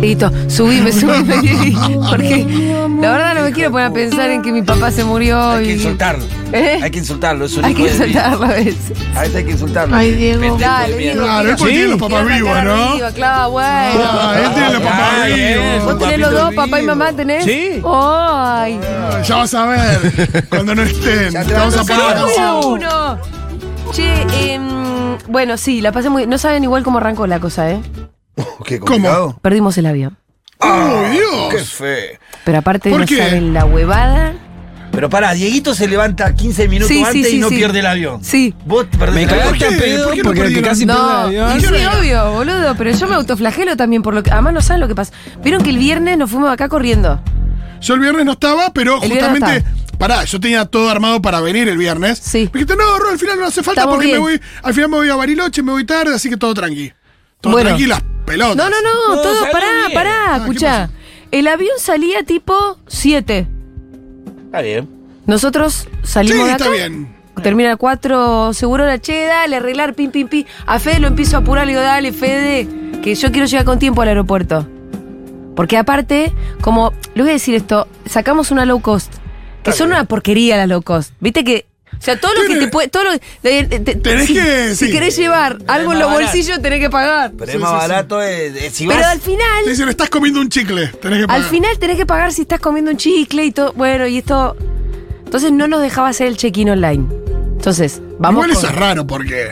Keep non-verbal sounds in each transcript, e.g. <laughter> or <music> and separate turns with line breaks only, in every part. Dieguito, subime,
<laughs>
subime, Dieguito, porque la verdad no me quiero poner a pensar en que mi papá se murió
Hay que
y
insultarlo.
<laughs> ¿Eh?
Hay que insultarlo. Es un
<laughs> hay
hijo
que
de mil.
soltarlo a veces.
A veces hay que insultarlo.
Ay, Diego.
Pendejo de
Dale,
mierda.
Diego.
Claro, es porque
Sí.
tiene los papás
Tierra,
vivos,
tierra,
¿no?
viva, Claro,
Ah,
bueno.
él tiene los papás
Ah, bien.
vivos.
Vos tenés los dos, papá y mamá, ¿tenés?
Sí.
Ay.
Ya vas a ver. Cuando no estén.
Ya te
Te vamos
vas
a
a
poner la
sacar.
canción.
Uno. Che, em, bueno, sí, la pasé muy. No saben igual cómo arrancó la cosa, ¿eh?
Qué complicado.
Perdimos el avión.
¡Oh,
Qué
Dios!
fe.
Pero aparte
¿Por
no
qué?
saben la huevada.
Pero pará, Dieguito se levanta 15 minutos
Sí, sí,
antes
sí,
y no
sí.
pierde el avión.
Sí.
Vos perdés
Me
el avión.
cagaste a
qué?
pedo
¿Por qué no
porque el que
perdieron?
casi pierde
No,
el avión.
y sí, obvio, boludo, pero yo me autoflagelo también por lo que. Además, no saben lo que pasa. Vieron que el viernes nos fuimos acá corriendo.
Yo el viernes no estaba, pero
El viernes no
justamente. Pará, yo tenía todo armado para venir el viernes.
Sí.
Me dijiste, no, Ro, al final no hace falta
Estamos
porque me
bien.
voy. Al final me voy a Bariloche, me voy tarde, así que todo tranqui. Todo
Bueno.
tranqui, las pelotas.
No, no, no,
No,
todo,
salió
pará,
bien.
pará,
Ah, ¿qué
escuchá.
pasó?
El avión salía tipo 7.
Está bien.
Nosotros
Sí,
salimos de acá.
está bien.
Termina 4, seguro la che, dale, arreglar, pim, pim, pim. A Fede lo empiezo a apurar, le digo, dale, Fede, que yo quiero llegar con tiempo al aeropuerto. Porque aparte, como, le voy a decir esto, sacamos una low cost, que son una porquería las low cost. Viste que, o sea, todo lo que te
Tenés-
puede, todo lo te- te- te-
tenés
si,
que-
si
sí.
querés llevar algo en los
más barato.
bolsillos, tenés que pagar.
Pero
Sí,
es más
sí, sí.
barato. es- es- si
Pero
vas-
al final,
Te dicen, estás comiendo un chicle. Tenés que pagar.
al final tenés que pagar si estás comiendo un chicle y todo. Bueno, y esto. Entonces no nos dejaba hacer el check-in online. Entonces, vamos.
Igual eso
con-
es raro porque.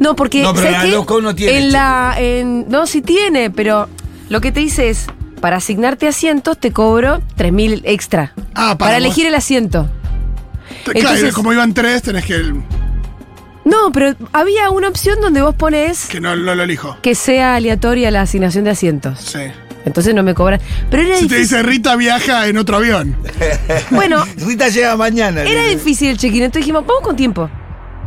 No, porque.
No, pero
¿sabés
la
qué?
low cost no tiene
En
check-in.
la. en- no, sí tiene, pero lo que te dice es: para asignarte asientos te cobro 3.000 extra.
Ah, para
para
vos.
elegir el asiento.
Te-
Entonces-
claro, como iban tres, tenés que.
No, pero había una opción donde vos pones
Que no, no lo elijo.
que sea aleatoria la asignación de asientos.
Sí.
Entonces no me cobran. Pero era
Si te
difícil.
dice Rita viaja en otro avión. <laughs>
Bueno,
Rita llega mañana.
era
Dice.
difícil el check-in. Entonces dijimos: vamos con tiempo.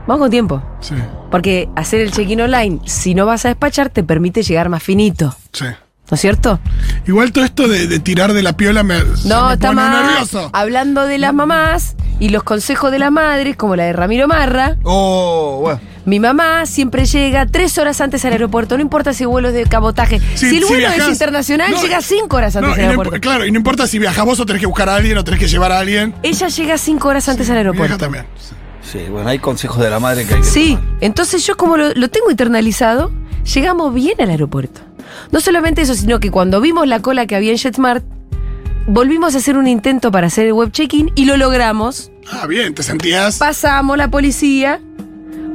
Vamos con tiempo.
Sí,
Porque hacer el check-in online, si no vas a despachar, te permite llegar más finito.
sí.
¿No es cierto?
Igual todo esto de, de tirar de la piola me, se
No,
me
está
pone
mal.
nervioso.
Hablando de las mamás y los consejos de las madres, como la de Ramiro Marra,
Oh, bueno.
mi mamá siempre llega tres horas antes al aeropuerto, no importa si el vuelo es de cabotaje. si el vuelo
viajás-
es internacional,
No,
llega cinco horas
no,
antes
y
al
no imp-
aeropuerto.
claro, y no importa si viajas vos o tenés que buscar a alguien o tenés que llevar a alguien.
Ella llega cinco horas antes al
Mi vieja
aeropuerto.
también. sí.
Sí, bueno, hay consejos de la madre que hay que
Sí, entonces yo como lo, lo tengo internalizado, llegamos bien al aeropuerto. No solamente eso, sino que cuando vimos la cola que había en JetSmart, volvimos a hacer un intento para hacer el web check-in y lo logramos.
Ah, bien, te sentías.
Pasamos la policía,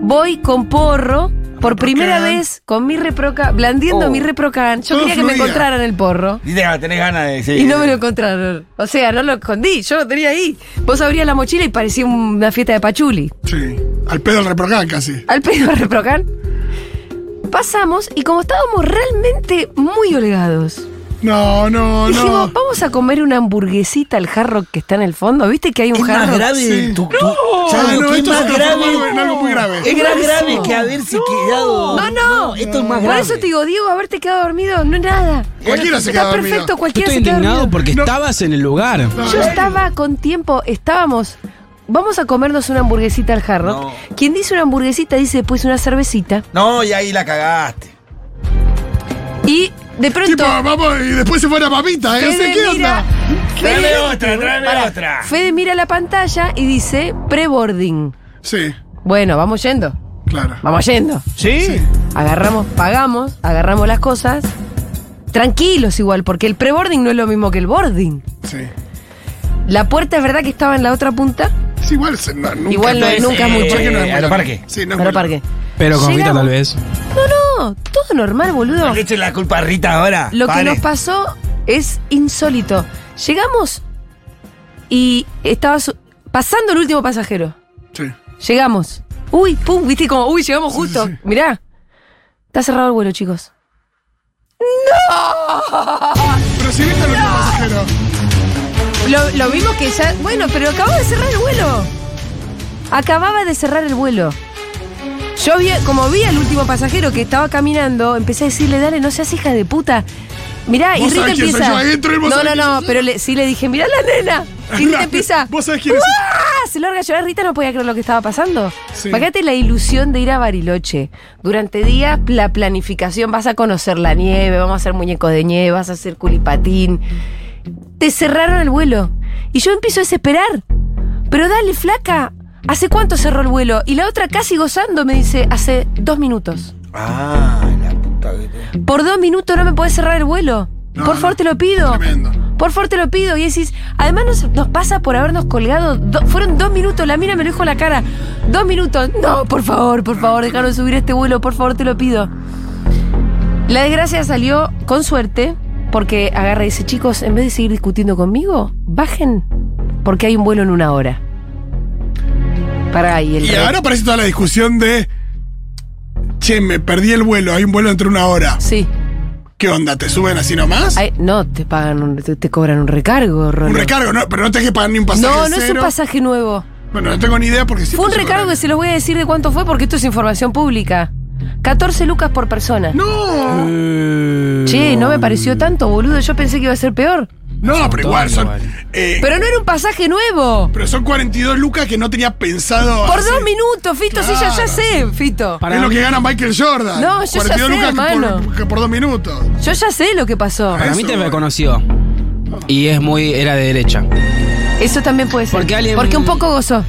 voy con porro, por
Reprocan.
primera vez con mi reproca, blandiendo
Oh.
mi reprocan. Yo
Todo
quería que me
fluía.
encontraran el porro.
Y te- ah, tenés ganas de decir.
Y no me lo encontraron. O sea, no lo escondí, yo lo tenía ahí. Vos abrías la mochila y parecía una fiesta de pachuli.
Sí. Al pedo del reprogán casi.
al pedo <laughs> reprocan. Pasamos y como estábamos realmente muy holgados,
No,
Oh,
no,
dijimos,
no.
vamos a comer una hamburguesita al jarro que está en el fondo. ¿Viste que hay
Es
un
más
jarro?
grave
Sí.
tu, tu-
Ah,
¿Sabes lo
"Oh,
no,
que es
esto se
más grave?
transformó en algo muy
Eh,
grave.
Es más grave
Gravísimo.
que haberse quedado.
No, Ah, no.
Esto es más
Por
grave.
eso te digo, Diego, haberte quedado dormido, no es nada.
Cualquiera se queda
Está
dormido.
perfecto,
Yo
cualquiera
estoy
se queda
indignado
dormido.
porque
No.
estabas en el lugar.
No,
Yo
no.
estaba con tiempo, estábamos. Vamos a comernos una hamburguesita al jarro.
No.
Quien dice una hamburguesita dice después una cervecita.
No, y ahí la cagaste.
Y de
Tipo,
pronto.
vamos, y después se fue la papita, ¿eh? No sé
Fede
qué
mira-
onda.
Fede-
Tráeme otra, tráeme
Pará.
otra.
Fede mira la pantalla y dice pre-boarding.
Sí,
Bueno, vamos yendo.
claro.
Vamos yendo.
¿Sí?
Agarramos, pagamos, agarramos las cosas. Tranquilos igual, porque el pre-boarding no es lo mismo que el boarding.
Sí.
La puerta es verdad que estaba en la otra punta.
Es igual, se- no, nunca,
Igual no es- nunca es muy
el parque no es
Eh,
muy
al
largo.
parque.
Sí, no es
Pero
muy
parque.
Pero con Rita
Llegamos.
tal vez.
No, no, todo normal, boludo.
Le echen la culpa a Rita ahora.
Lo que
Vale.
nos pasó es insólito. Llegamos y estaba su- pasando el último pasajero.
largo. Sí.
Llegamos. Uy, pum, viste como, uy, llegamos justo.
sí, sí.
Mirá. Está cerrado el vuelo, chicos.
Pero si viste lo que pasajero.
Lo, lo mismo que ya. Bueno, pero acababa de cerrar el vuelo. Acababa de cerrar el vuelo. Yo vi, como vi al último pasajero que estaba caminando, empecé a decirle, dale, no seas hija de puta. Mirá, y
Vos
Rita
sabés quién soy
empieza.
yo adentro y vos
no,
sabés
no,
quién
no,
soy yo. <laughs>
pero le- sí le dije, mirá la nena. Y Rita empieza.
Vos sabés quién es.
"Ah", se larga a llorar. Rita no podía creer lo que estaba pasando.
Sí.
Imagínate la ilusión de ir a Bariloche. Durante días, la planificación, vas a conocer la nieve, vamos a hacer muñecos de nieve, vas a hacer culipatín. Te cerraron el vuelo. Y yo empiezo a desesperar. Pero dale, flaca. ¿Hace cuánto cerró el vuelo? Y la otra casi gozando me dice, hace dos minutos.
Ah, la puta que te-
Por dos minutos no me podés cerrar el vuelo.
No,
por favor,
no.
te lo pido.
Tremendo.
Por favor, te lo pido. Y decís, además nos, nos pasa por habernos colgado. do- fueron dos minutos, la mina me lo dijo en la cara. Dos minutos. No, por favor, por favor, déjanos subir este vuelo, por favor, te lo pido. La desgracia salió con suerte, porque agarra y dice, chicos, en vez de seguir discutiendo conmigo, bajen, porque hay un vuelo en una hora. Para ahí el
Y
resto.
ahora aparece toda la discusión de. Che, me perdí el vuelo, hay un vuelo entre una hora.
Sí.
¿Qué onda? ¿Te suben así nomás?
Ay, no, te pagan un- te, te cobran un recargo, Rolo.
un recargo, no, pero no te que pagar ni un pasaje.
No, no es un
cero.
pasaje nuevo.
Bueno, no tengo ni idea porque sí.
Fue un
puse
recargo que
horario.
se los voy a decir de cuánto fue porque esto es información pública. 14 lucas por persona.
No,
Che, no me pareció tanto, boludo. Yo pensé que iba a ser peor.
no, pero igual son. eh,
Pero no era un pasaje nuevo.
pero son 42 lucas que no tenía pensado.
Por
hacer.
dos minutos, Fito. Sí, ya, ya
Claro.
sé, Fito.
es lo que gana Michael Jordan.
No, yo ya
42
sé,
lucas que
hermano.
por, que por dos minutos.
Yo ya sé lo que pasó.
Para mí
Eso,
te
bueno.
reconoció. Y es muy. era de derecha.
Eso también puede ser.
Porque alguien-
Porque un poco gozó.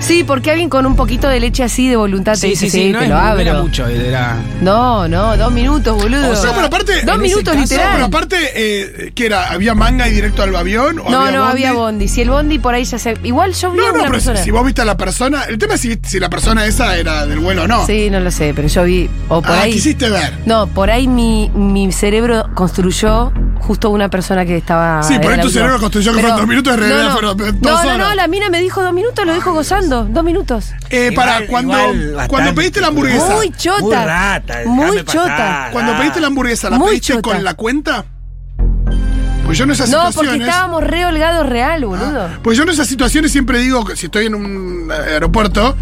Sí, porque alguien con un poquito de leche así de voluntad te
Sí, sí,
dice,
sí,
Ah, sí,
no
te
es-
lo
no era
abro.
mucho, era.
No, no, dos minutos, boludo.
O sea, pero aparte,
dos
en ese
minutos,
caso,
No, pero
literal.
aparte, eh, ¿qué era? ¿Había manga y directo al avión? ¿O
No,
había
no,
bondi?
había bondi. Si el bondi por ahí ya se. Igual yo vi a
No,
una
no, pero si,
persona.
si vos viste a la persona. El tema es si, si la persona esa era del vuelo o no.
Sí, no lo sé, pero yo vi. O por
ah,
ahí.
quisiste ver.
No, por ahí mi, mi cerebro construyó justo una persona que estaba.
Sí, por
era
ahí tu
la-
cerebro construyó que
Pero-
fueron dos minutos, en realidad
no, no.
fueron dos
No, no,
horas.
no, la mina me dijo dos minutos, lo dijo gozando. Dos minutos.
Eh,
Igual-
para, cuando,
igual
cuando
bastante.
pediste la hamburguesa.
Muy chota.
Muy rata, dejame
Muy
pasar.
chota.
Cuando pediste la hamburguesa, ¿la
Muy
pediste
chota.
con la cuenta? Pues yo en esas
No, porque
situaciones.
estábamos re holgados real, boludo.
Ah, Pues yo en esas situaciones siempre digo que si estoy en un aeropuerto,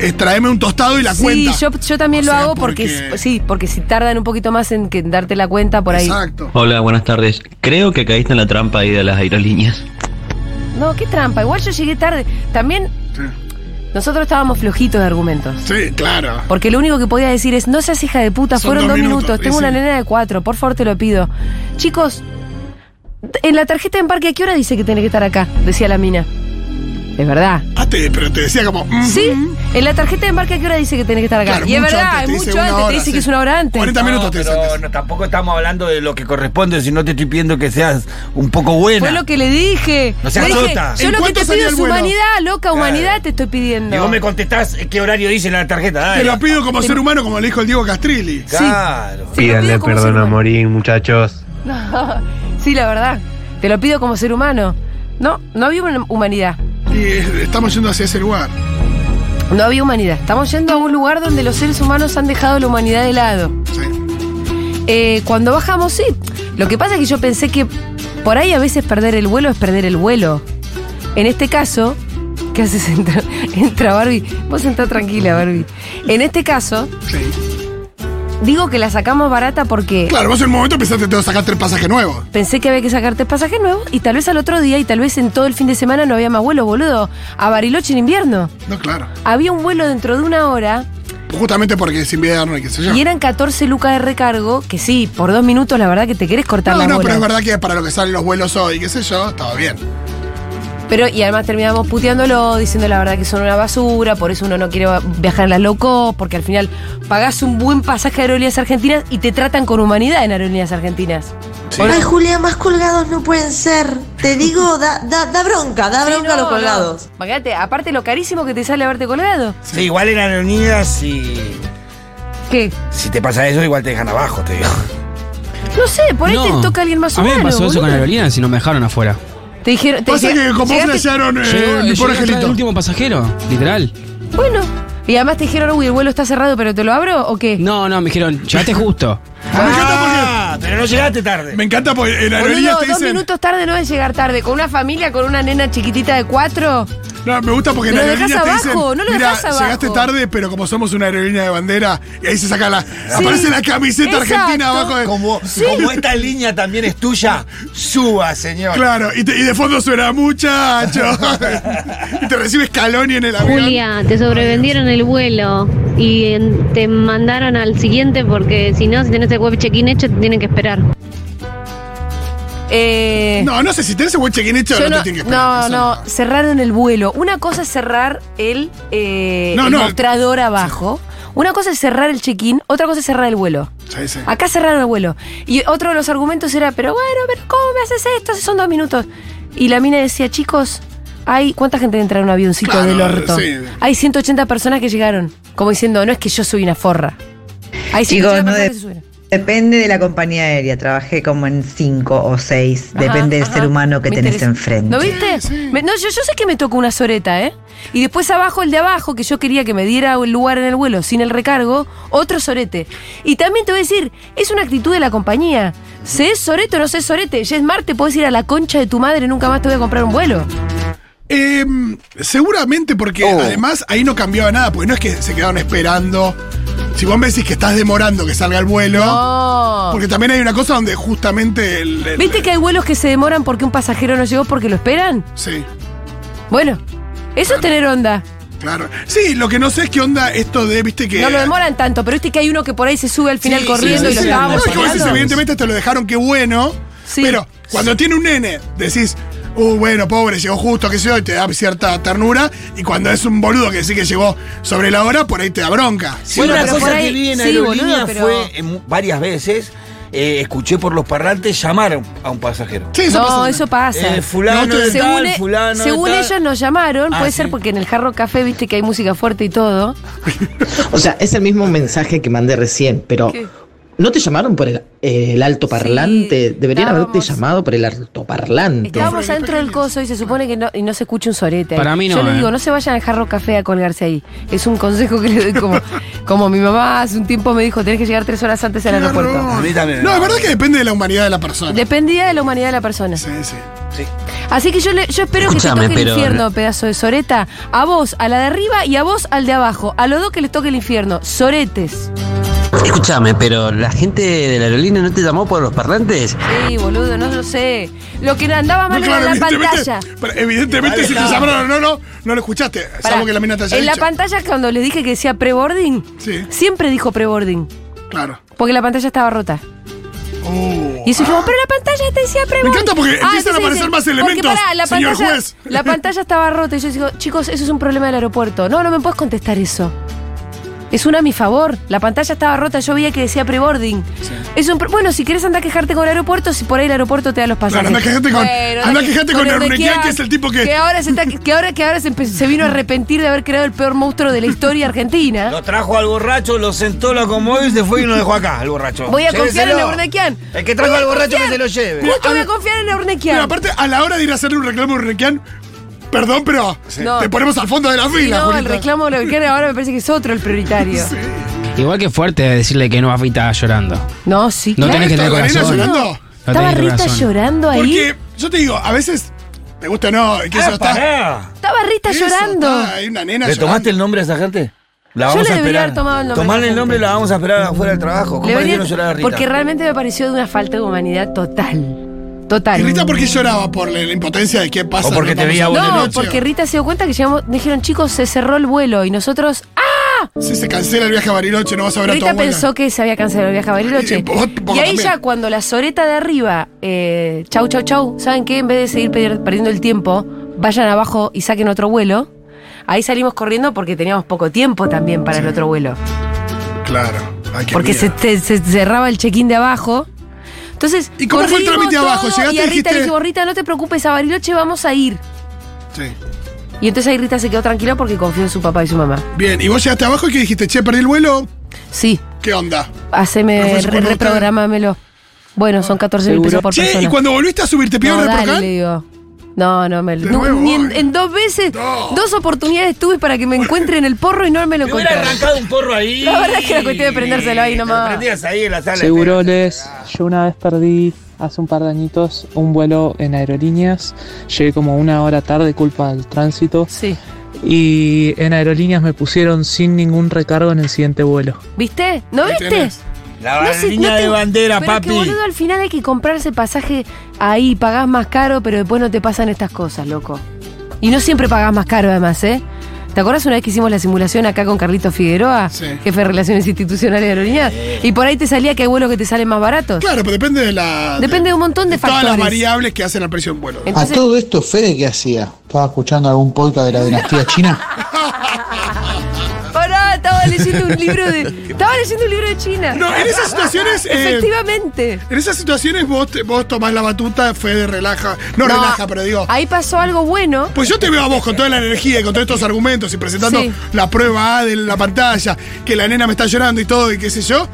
es traeme un tostado y la
Sí,
cuenta.
yo, yo también
O
lo
sea,
hago porque,
porque-
sí, porque si tardan un poquito más en, que en darte la cuenta por ahí.
Exacto.
Hola, buenas tardes. Creo que caíste en la trampa ahí de las aerolíneas.
No, qué trampa. Igual yo llegué tarde. También nosotros estábamos flojitos de argumentos.
Sí, claro.
Porque lo único que podía decir es, no seas hija de puta,
Son
fueron
dos
dos minutos,
minutos,
tengo
y
una
sí.
nena de cuatro, por favor te lo pido. Chicos, t- en la tarjeta de embarque, ¿a qué hora dice que tiene que estar acá? Decía la mina. Es verdad.
Ah, te- pero te decía como. mm,
Sí, en la tarjeta de embarque, ¿a qué hora dice que tiene que estar acá?
Claro,
y es
mucho
verdad,
antes,
es
te dice
mucho
una
antes, te
hora,
dice que
sí.
es una hora antes.
40 minutos te dicen
pero
antes.
no, tampoco estamos hablando de lo que corresponde, sino te estoy pidiendo que seas un poco buena.
Fue lo que le dije.
No seas
Le dije,
chota.
Yo
¿En
lo que
cuánto
te
salía
pido
el
es
vuelo?
humanidad, loca, humanidad te estoy pidiendo.
Y vos me contestás eh, qué horario dice la tarjeta. dale.
Te lo pido como ser humano, como le dijo el Diego Castrilli.
Sí.
Claro.
Se lo pido
Pídanle
como ser
perdón a
humano.
Morín, muchachos.
<laughs> sí, la verdad. Te lo pido como ser humano. No, no había una humanidad.
Y eh, estamos yendo hacia ese lugar.
No había humanidad. Estamos yendo a un lugar donde los seres humanos han dejado la humanidad de lado.
Sí.
Eh, cuando bajamos, sí. Lo que pasa es que yo pensé que por ahí a veces perder el vuelo es perder el vuelo. En este caso, ¿qué haces? <laughs> Entra, entra Barbie. Vos entrá tranquila, Barbie. En este caso,
Sí.
digo que la sacamos barata porque
Claro, vos en un momento pensaste te vas a sacar tres pasajes nuevos.
Pensé que había que sacarte pasaje nuevo y tal vez al otro día y tal vez en todo el fin de semana no había más vuelo, boludo. A Bariloche en invierno.
No, claro.
Había un vuelo dentro de una hora
Justamente porque es invierno y qué sé yo.
y eran 14 lucas de recargo, que sí, por dos minutos la verdad que te querés cortar
No,
la
no,
bola.
pero es verdad que para lo que salen los vuelos hoy, qué sé yo, estaba bien.
Pero- y además terminamos puteándolo, diciendo la verdad que son una basura, por eso uno no quiere va- viajar en las low cost, porque al final pagás un buen pasaje a aerolíneas argentinas y te tratan con humanidad en aerolíneas argentinas.
Ay, Julia, más colgados no pueden ser. Te digo, da, da, da bronca, da
Sí,
bronca
no,
a los
no.
colgados.
Imagínate, aparte lo carísimo que te sale haberte colgado.
Sí, igual eran aerolíneas y
¿Qué?
si te pasa eso, igual te dejan abajo, te digo.
No sé, por ahí
No,
te toca alguien más
A mí
humano.
me pasó eso con
boludo.
aerolíneas y no me dejaron afuera.
Te dijeron. Te
Pasa que
dijeron-
como
llegaste-
flashearon eh, mi
Llegó-
pobre
llegué atrás del
angelito.
último pasajero, literal.
Bueno. Y además te dijeron, uy, el vuelo está cerrado, pero ¿te lo abro o qué?
No, no, me dijeron, llegaste justo.
Me encanta
Ah, pero no llegaste tarde.
porque, me encanta porque en
Boludo,
aerolíneas te
dos
dicen.
minutos tarde no es llegar tarde. Con una familia, con una nena chiquitita de cuatro.
No, me gusta porque en
Lo
aerolíneas
dejás
te
abajo,
dicen,
no lo
mira,
dejás abajo".
llegaste tarde, pero como somos una aerolínea de bandera, y ahí se saca la, aparece la camiseta
Exacto.
argentina abajo de,
Como, como esta línea también es tuya, suba, señor.
claro, y, te- y de fondo suena muchacho, y te recibes Caloni en el avión.
Julia, te sobrevendieron el vuelo y en- te mandaron al siguiente porque si no, si tenés el web check-in hecho, te tienen que esperar.
Eh,
No, no sé si tenés ese buen check-in hecho,
yo
no,
no,
te tienen que esperar,
no,
eso
no, cerraron el vuelo. Una cosa es cerrar el, eh,
No,
el
no.
mostrador abajo. Una cosa es cerrar el check-in, otra cosa es cerrar el vuelo.
Sí, sí.
Acá cerraron el vuelo. Y otro de los argumentos era, pero bueno, pero ¿cómo me haces esto? Si son dos minutos. Y la mina decía, chicos, hay ¿cuánta gente entra en un avioncito
Claro,
del orto?
sí.
Hay 180 personas que llegaron. Como diciendo, no es que yo soy una forra. Hay
Chicos,
180
no
personas
de-
que se subieron.
Depende de la compañía aérea. Trabajé como en cinco o seis.
Ajá,
Depende del
ajá.
ser humano que
Me
tenés
interesa.
enfrente.
¿No viste? Me- no, yo, yo sé que me tocó una soreta, ¿eh? Y después abajo, el de abajo, que yo quería que me diera el lugar en el vuelo sin el recargo, otro sorete. Y también te voy a decir, es una actitud de la compañía. Se es sorete o no se es sorete. Ya es Marte, puedes ir a la concha de tu madre, nunca más te voy a comprar un vuelo.
Em, seguramente porque además ahí no cambiaba nada, porque no es que se quedaron esperando. Si vos me decís que estás demorando que salga el vuelo,
No.
porque también hay una cosa donde justamente el... el-
¿Viste que hay vuelos que se demoran porque un pasajero no llegó porque lo esperan?
Sí,
Bueno, eso es tener onda.
claro. Sí, lo que no sé es qué onda esto de, viste que...
No lo demoran tanto, pero viste que hay uno que por ahí se sube al final
Sí,
corriendo
sí,
y lo
sí,
No,
estábamos
es que vos decís,
soñando.
evidentemente te lo dejaron, qué bueno.
Sí.
Pero cuando tiene un nene, decís, uh, bueno, pobre, llegó justo, qué sé yo, y te da cierta ternura. Y cuando es un boludo que sí que llegó sobre la hora, por ahí te da bronca.
Sí, una
pero por
cosa
ahí-
que vi en
sí,
aerolínea
boludo, pero-
fue en varias veces, eh, escuché por los parlantes llamar a un pasajero.
Sí, eso
no,
pasa.
eso pasa.
Eh, fulano
No,
de
según
tal,
e-
fulano de
según
tal.
ellos nos llamaron,
Ah,
puede
sí.
ser porque en el jarro café viste que hay música fuerte y todo.
O sea, es el mismo mensaje que mandé recién, pero
¿Qué?
¿no te llamaron por el, el altoparlante?
Sí,
Deberían haberte
estábamos-
llamado por el altoparlante.
Estábamos adentro del coso y se supone que no, y no se escucha un sorete. ahí.
Para mí no,
Yo le
eh.
digo, no se vayan al jarro café a colgarse ahí. Es un consejo que le doy como, como mi mamá hace un tiempo me dijo, tenés que llegar tres horas antes al aeropuerto.
A mí también.
No, es verdad que depende de la humanidad de la persona.
Dependía de la humanidad de la persona.
sí, sí.
Así que yo, le- yo espero
Escúchame,
que te toque el
pero-
infierno, pedazo de soreta. A vos, a la de arriba y a vos, al de abajo. A los dos que les toque el infierno. Soretes.
Escúchame, pero la gente de la aerolínea no te llamó por los parlantes.
Sí, boludo, no lo sé. Lo que andaba
No,
mal
claro,
era la
evidentemente,
pantalla.
pero evidentemente
Ahí
si te
está.
llamaron o no, no, no lo escuchaste.
Pará,
Salvo que la mina te haya
en la
dicho.
pantalla cuando les dije que decía pre-boarding,
Sí.
siempre dijo pre-boarding,
Claro.
porque la pantalla estaba rota.
Oh.
Y eso como, pero la pantalla te decía Ah, pre-boarding.
Me encanta porque empiezan a
entonces
aparecer más
porque
elementos,
pará, la
señor
pantalla,
juez.
<laughs> La pantalla estaba rota y yo digo, chicos, eso es un problema del aeropuerto. No, no me puedes contestar eso. Es una a mi favor. La pantalla estaba rota, yo veía que decía pre-boarding. Es un pro- Bueno, si quieres andar a quejarte con el aeropuerto, si por ahí el aeropuerto te da los pasajes.
Claro, andá a quejarte con- andá a
dale,
quejarte con
de
Ernequian,
Kian,
que es el tipo que-
ahora se, está- que ahora, que ahora se, empe- se vino a arrepentir de haber creado el peor monstruo de la historia argentina.
Lo trajo al borracho, lo sentó, lo acomodó y se fue y lo dejó acá, al borracho.
Voy a confiar en
Lléveselo.
Eurnequian.
El que trajo
Voy a
al borracho que
confiar.
se lo lleve.
Mucho voy a confiar en Eurnequian.
Pero aparte, a la hora de ir a hacerle un reclamo a Urrequian, perdón, pero
No.
te ponemos al fondo de la
Sí,
fila,
no, el
Julita.
reclamo de Eurnequian ahora me parece que es otro el prioritario.
Igual que fuerte decirle que no a Rita llorando.
No, sí,
No
claro.
tenés que tener
Rita
corazón.
llorando.
No
Estaba
tenés
Rita
corazón.
llorando ahí.
Porque yo te digo, a veces, te gusta o no, que eso está.
Ah,
Estaba Rita
eso
eh. llorando.
está, hay una nena
¿Le
llorando.
tomaste el nombre a esa gente? La
Yo
vamos
le
a
debería
esperar.
haber tomado el nombre a
Tomarle
esa
el nombre y
gente.
la vamos a esperar afuera del trabajo. ¿Cómo
Le
le
venía-
quiero llorar a Rita?
Porque realmente me pareció de una falta de humanidad total. Total.
Y Rita porque lloraba por la, la impotencia de qué pasa.
O porque te
vamos
veía
a-
buena
no,
noche.
porque Rita se dio cuenta que llegamos, dijeron, chicos, se cerró el vuelo y nosotros. ¡Ah!
Si se cancela el viaje a Bariloche, no vas a ver a
Rita
tu abuela.
pensó que se había cancelado el viaje a Bariloche.
Y vos- vos
Y ahí
también.
ya cuando la soreta de arriba, eh, chau, chau, chau, ¿saben qué? En vez de seguir pedi- perdiendo el tiempo, vayan abajo y saquen otro vuelo. Ahí salimos corriendo porque teníamos poco tiempo también para el otro vuelo.
Claro. Ay, qué
porque se,
miedo.
te- se cerraba el check-in de abajo. Entonces,
¿Y cómo fue el
corrimos
trámite abajo?
todo,
¿Llegaste
y a
y
Rita
dijiste-
le dijimos, Rita, no te preocupes, a Bariloche vamos a ir.
Sí.
Y entonces ahí Rita se quedó tranquila porque confió en su papá y su mamá.
Bien, y vos llegaste abajo y que dijiste, che, perdí el vuelo,
Sí,
¿qué onda?
haceme,
¿No fue
re-
su culpa?
reprogramámelo. Bueno, son 14 mil pesos por
che,
persona.
y cuando volviste a subir, ¿te pidieron
no, dale,
reprocar?
le digo. No, no me lo.
De
no,
nuevo,
ni en,
ay.
en dos veces,
No.
dos oportunidades tuve para que me encuentren el porro y no me lo
Te hubiera
encontraron.
arrancado un porro ahí.
La verdad es que era cuestión de prendérselo ahí
Te lo
nomás.
prendías ahí en la sala. de
Seguroles, yo una vez perdí hace un par de añitos un vuelo en aerolíneas. Llegué como una hora tarde, culpa del tránsito.
Sí.
Y en aerolíneas me pusieron sin ningún recargo en el siguiente vuelo.
¿Viste? ¿No
Ahí
viste?
tenés.
La
No sé,
varilina
no te-
de bandera,
pero
papi.
Que, boludo, al final hay que comprarse pasaje ahí, pagás más caro, pero después no te pasan estas cosas, loco. Y no siempre pagás más caro, además, ¿eh? ¿Te acordás una vez que hicimos la simulación acá con Carlitos Figueroa,
Sí.
jefe de Relaciones Institucionales de Aerolíneas? Y por ahí te salía que hay vuelos que te salen más baratos.
Claro, pero depende de la.
Depende de un montón de
Todas
factores.
las variables que hacen al precio de un vuelo.
Entonces,
todo esto, Fede, ¿qué hacía? ¿Estaba escuchando algún podcast de la dinastía
<laughs>
china?
pará, estaba leyendo un libro
<laughs>
de. Estaba leyendo un libro de China.
No, en esas situaciones. eh,
Efectivamente.
en esas situaciones vos, te- vos tomás la batuta, Fede relaja. No,
No,
relaja, pero digo.
Ahí pasó algo bueno.
Pues yo te veo a vos con toda la energía y con todos estos argumentos y presentando
Sí.
la prueba A de la pantalla, que la nena me está llorando y todo y qué sé yo.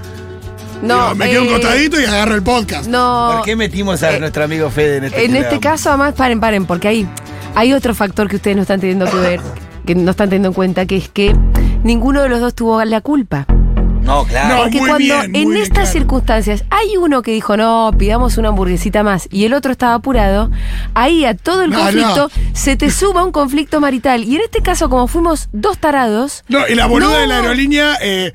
No,
Digo, me quedo un
eh,
costadito y agarro el podcast.
No.
¿Por qué metimos a
Eh,
nuestro amigo Fede en este
En este
programa?
caso, además, paren, paren, porque hay, hay otro factor que ustedes no están teniendo que ver, que no están teniendo en cuenta, que es que ninguno de los dos tuvo la culpa.
No, claro.
Porque
Ah, muy
cuando
bien, muy
en
bien,
estas
claro.
circunstancias hay uno que dijo, no, pidamos una hamburguesita más, y el otro estaba apurado, ahí a todo el
No,
conflicto
no.
se te suba un conflicto marital. Y en este caso, como fuimos dos tarados.
No, y la boluda
No.
de la aerolínea eh,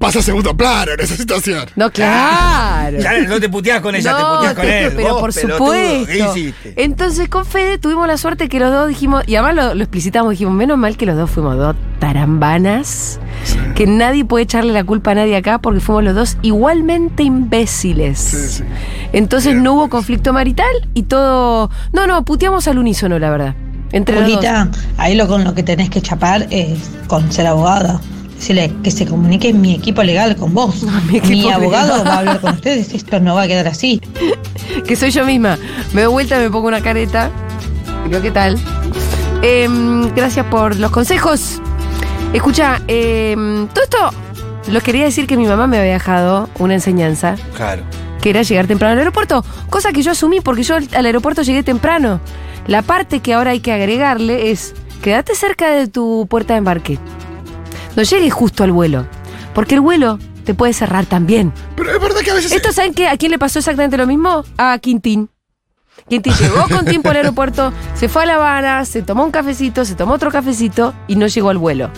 pasa a segundo plano en esa situación.
No, claro.
Ya no te puteás con ella,
No,
te puteás con él.
Pero
Vos,
por
pelotudo, ¿Qué
supuesto.
hiciste?
Entonces con Fede tuvimos la suerte que los dos dijimos, y además lo, lo explicitamos, dijimos, menos mal que los dos fuimos dos tarambanas, que nadie puede echarle la culpa a nadie acá porque fuimos los dos igualmente imbéciles.
Sí, sí.
Entonces no hubo conflicto marital y todo... No, no, puteamos al unísono, la verdad. Entre los dos.
Julita, ahí lo con lo que tenés que chapar es con ser abogada. Decirle que se comunique mi equipo legal con vos.
mi
<laughs> mi
equipo
abogado
legal.
va a hablar con ustedes. Esto no va a quedar así.
que soy yo misma. Me doy vuelta, me pongo una careta. Creo que tal. Em, gracias por los consejos. Escucha, em, todo esto los quería decir que mi mamá me había dejado una enseñanza
Claro.
que era llegar temprano al aeropuerto, cosa que yo asumí porque yo al al aeropuerto llegué temprano. La parte que ahora hay que agregarle es quédate cerca de tu puerta de embarque. No llegues justo al vuelo, porque el vuelo te puede cerrar también.
Pero es verdad que a veces.
<laughs> ¿Esto saben qué? a quién le pasó exactamente lo mismo? A Quintín. Quintín llegó con tiempo al aeropuerto, <laughs> se fue a La Habana, se tomó un cafecito, se tomó otro cafecito y no llegó al vuelo.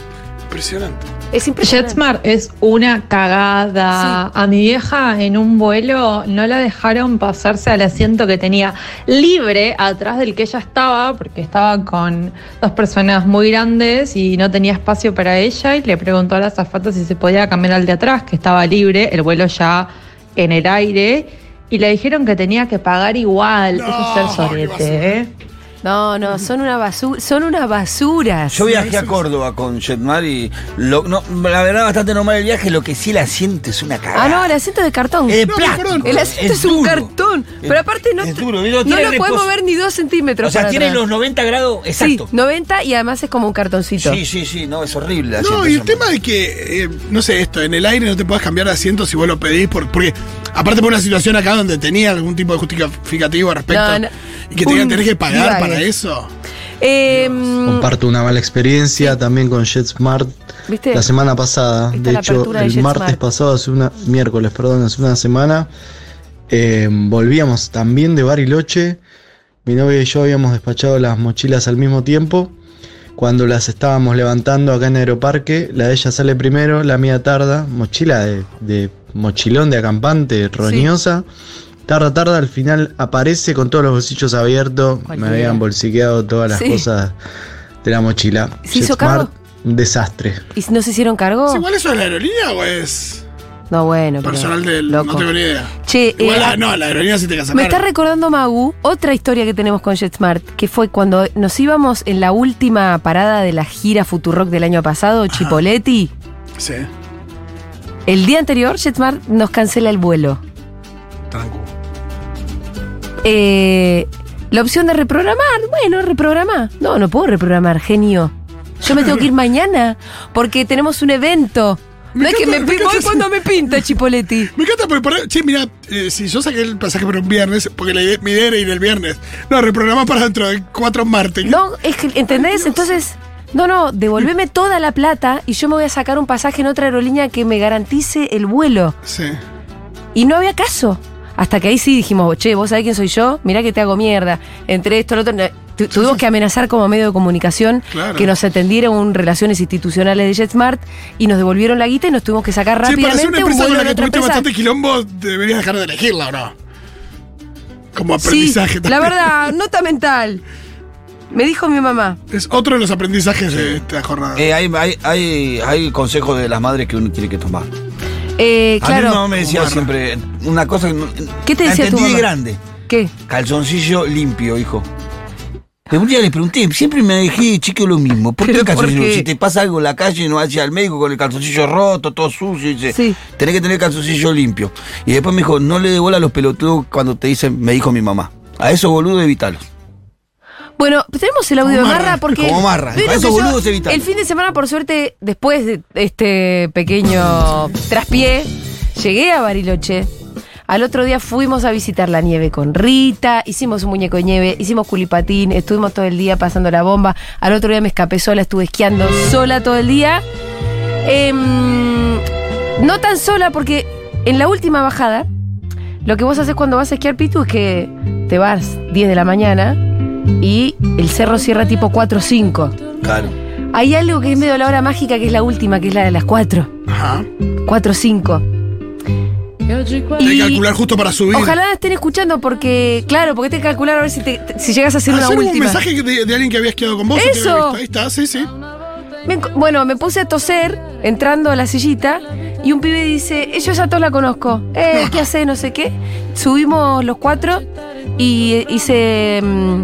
Impresionante.
Es impresionante.
Jetsmart es una cagada. A mi vieja en un vuelo no la dejaron pasarse al asiento que tenía libre atrás del que ella estaba, porque estaba con dos personas muy grandes y no tenía espacio para ella. Y le preguntó a la azafata si se podía cambiar al de atrás, que estaba libre, el vuelo ya en el aire. Y le dijeron que tenía que pagar igual. Eso es ser
No, qué basura.
sorete, ¿eh?
No, no, son una basura, son unas basuras.
Yo viajé a Córdoba con Jetmar y lo- no, la verdad bastante normal el viaje, lo que sí la siento es una cagada.
Ah, no, el asiento de cartón.
Es de
No,
plástico.
perdón.
el asiento es, un
duro.
cartón.
Es-
Pero aparte no,
es
te-
duro,
no
digo,
lo
tiene
podemos
reposo.
ver ni dos centímetros.
O sea,
para
tiene
atrás.
los 90 grados exacto.
Sí, 90 y además es como un cartoncito.
Sí, sí, sí, no, es horrible. la
No,
siento
y
yo.
el tema de que, eh, no sé, esto, en el aire no te podés cambiar de asiento si vos lo pedís, por- porque aparte por una situación acá donde tenía algún tipo de justificativo al respecto
No, no.
y que te digan
Un
tenés que pagar
divague.
para eso.
Eh,
Comparto una mala experiencia también con JetSmart
¿Viste?
la semana pasada.
Está
De
la
hecho,
apertura de
el
JetSmart.
martes pasado, hace una, miércoles, perdón, hace una semana, eh, volvíamos también de Bariloche. Mi novia y yo habíamos despachado las mochilas al mismo tiempo. Cuando las estábamos levantando acá en Aeroparque, la de ella sale primero, la mía tarda, mochila de, de mochilón de acampante, roñosa. Tarda, tarda, al final aparece con todos los bolsillos abiertos.
Cualquiera.
Me habían bolsiqueado todas las
Sí.
cosas de la mochila.
¿Se hizo
JetSmart,
cargo?
un desastre.
¿Y no se hicieron cargo?
¿Es igual eso de la aerolínea o es
Oh. No, bueno. pero-
personal del.
loco.
No tengo ni idea.
Che,
Igual,
eh,
la- no, la aerolínea sí te casa.
Me está recordando Magu otra historia que tenemos con JetSmart, que fue cuando nos íbamos en la última parada de la gira Futurock del año pasado, Chipoletti.
Sí,
El día anterior, JetSmart nos cancela el vuelo.
tranquilo.
Eh, la opción de reprogramar, bueno, reprogramar. No, no puedo reprogramar, genio. Yo me
<laughs>
tengo que ir mañana porque tenemos un evento.
Me
no es que me,
encanta, me
pi- voy
encanta.
cuando me pinta Chipoletti.
Me encanta porque, por- che, mira, si yo saqué el pasaje para un viernes, porque la idea- mi idea era ir el viernes. No, reprogramás para dentro de cuatro martes.
No, es que, ¿entendés? Entonces, no, no, devolveme toda la plata y yo me voy a sacar un pasaje en otra aerolínea que me garantice el vuelo.
Sí.
Y no había caso. Hasta que ahí sí dijimos, che, vos sabés quién soy yo, mirá que te hago mierda. Entre esto, lo otro. no, tu- tuvimos que amenazar como medio de comunicación
Claro.
que nos atendieron relaciones institucionales de JetSmart y nos devolvieron la guita y nos tuvimos que sacar
Sí,
rápidamente
parece una
un
empresa
vuelo
con la
de
que
otra
tuviste
empresa.
bastante quilombo, deberías dejar de elegirla, ¿o no? Como
Sí,
aprendizaje
la
también.
verdad, nota mental. Me dijo mi mamá.
Es otro de los aprendizajes de esta jornada.
Eh, hay, hay, hay, hay consejos de las madres que uno tiene que tomar.
Eh,
A
claro.
mí no me decía siempre una cosa que no-
¿Qué te
la
decía tu
entendí de
mamá?
grande.
¿Qué?
Calzoncillo limpio, hijo. De un día le pregunté, siempre me dejé de chico lo mismo. ¿Por qué
¿Pero
el calzoncillo?
por qué?
Si te pasa algo en la calle y no vas a ir al médico con el calzoncillo roto, todo sucio, y dice, tenés que tener el calzoncillo limpio. Y después me dijo, no le dé bola a los pelotudos cuando te dicen, me dijo mi mamá. A esos boludos evitalos.
Bueno, tenemos el audio
Como
de
marra,
Marra porque.
como marra.
Vieron
Para
que
esos
yo-
boludos evitalo.
El fin de semana, por suerte, después de este pequeño traspié, llegué a Bariloche. Al otro día fuimos a visitar la nieve con Rita, hicimos un muñeco de nieve, hicimos culipatín, estuvimos todo el día pasando la bomba. Al otro día me escapé sola, estuve esquiando sola todo el día. Em, no tan sola porque en la última bajada, lo que vos haces cuando vas a esquiar Pitu es que te vas 10 de la mañana y el cerro cierra tipo 4 o 5.
Claro.
Hay algo que es medio la hora mágica que es la última, que es la de las 4.
Ajá.
4 o 5.
Hay que calcular justo para subir.
Ojalá estén escuchando porque, claro, porque tenés que calcular a ver si, te- te- si llegas a hacer una
Hacer un
última.
mensaje de, de alguien que había esquiado con vos. y que
Eso.
había visto. Ahí está, sí, sí.
Me enco- bueno, me puse a toser entrando a la sillita y un pibe dice, "Eh, yo esa tos la conozco. Eh,
<laughs>
¿qué hace? No sé qué. Subimos los cuatro y eh, hice mm,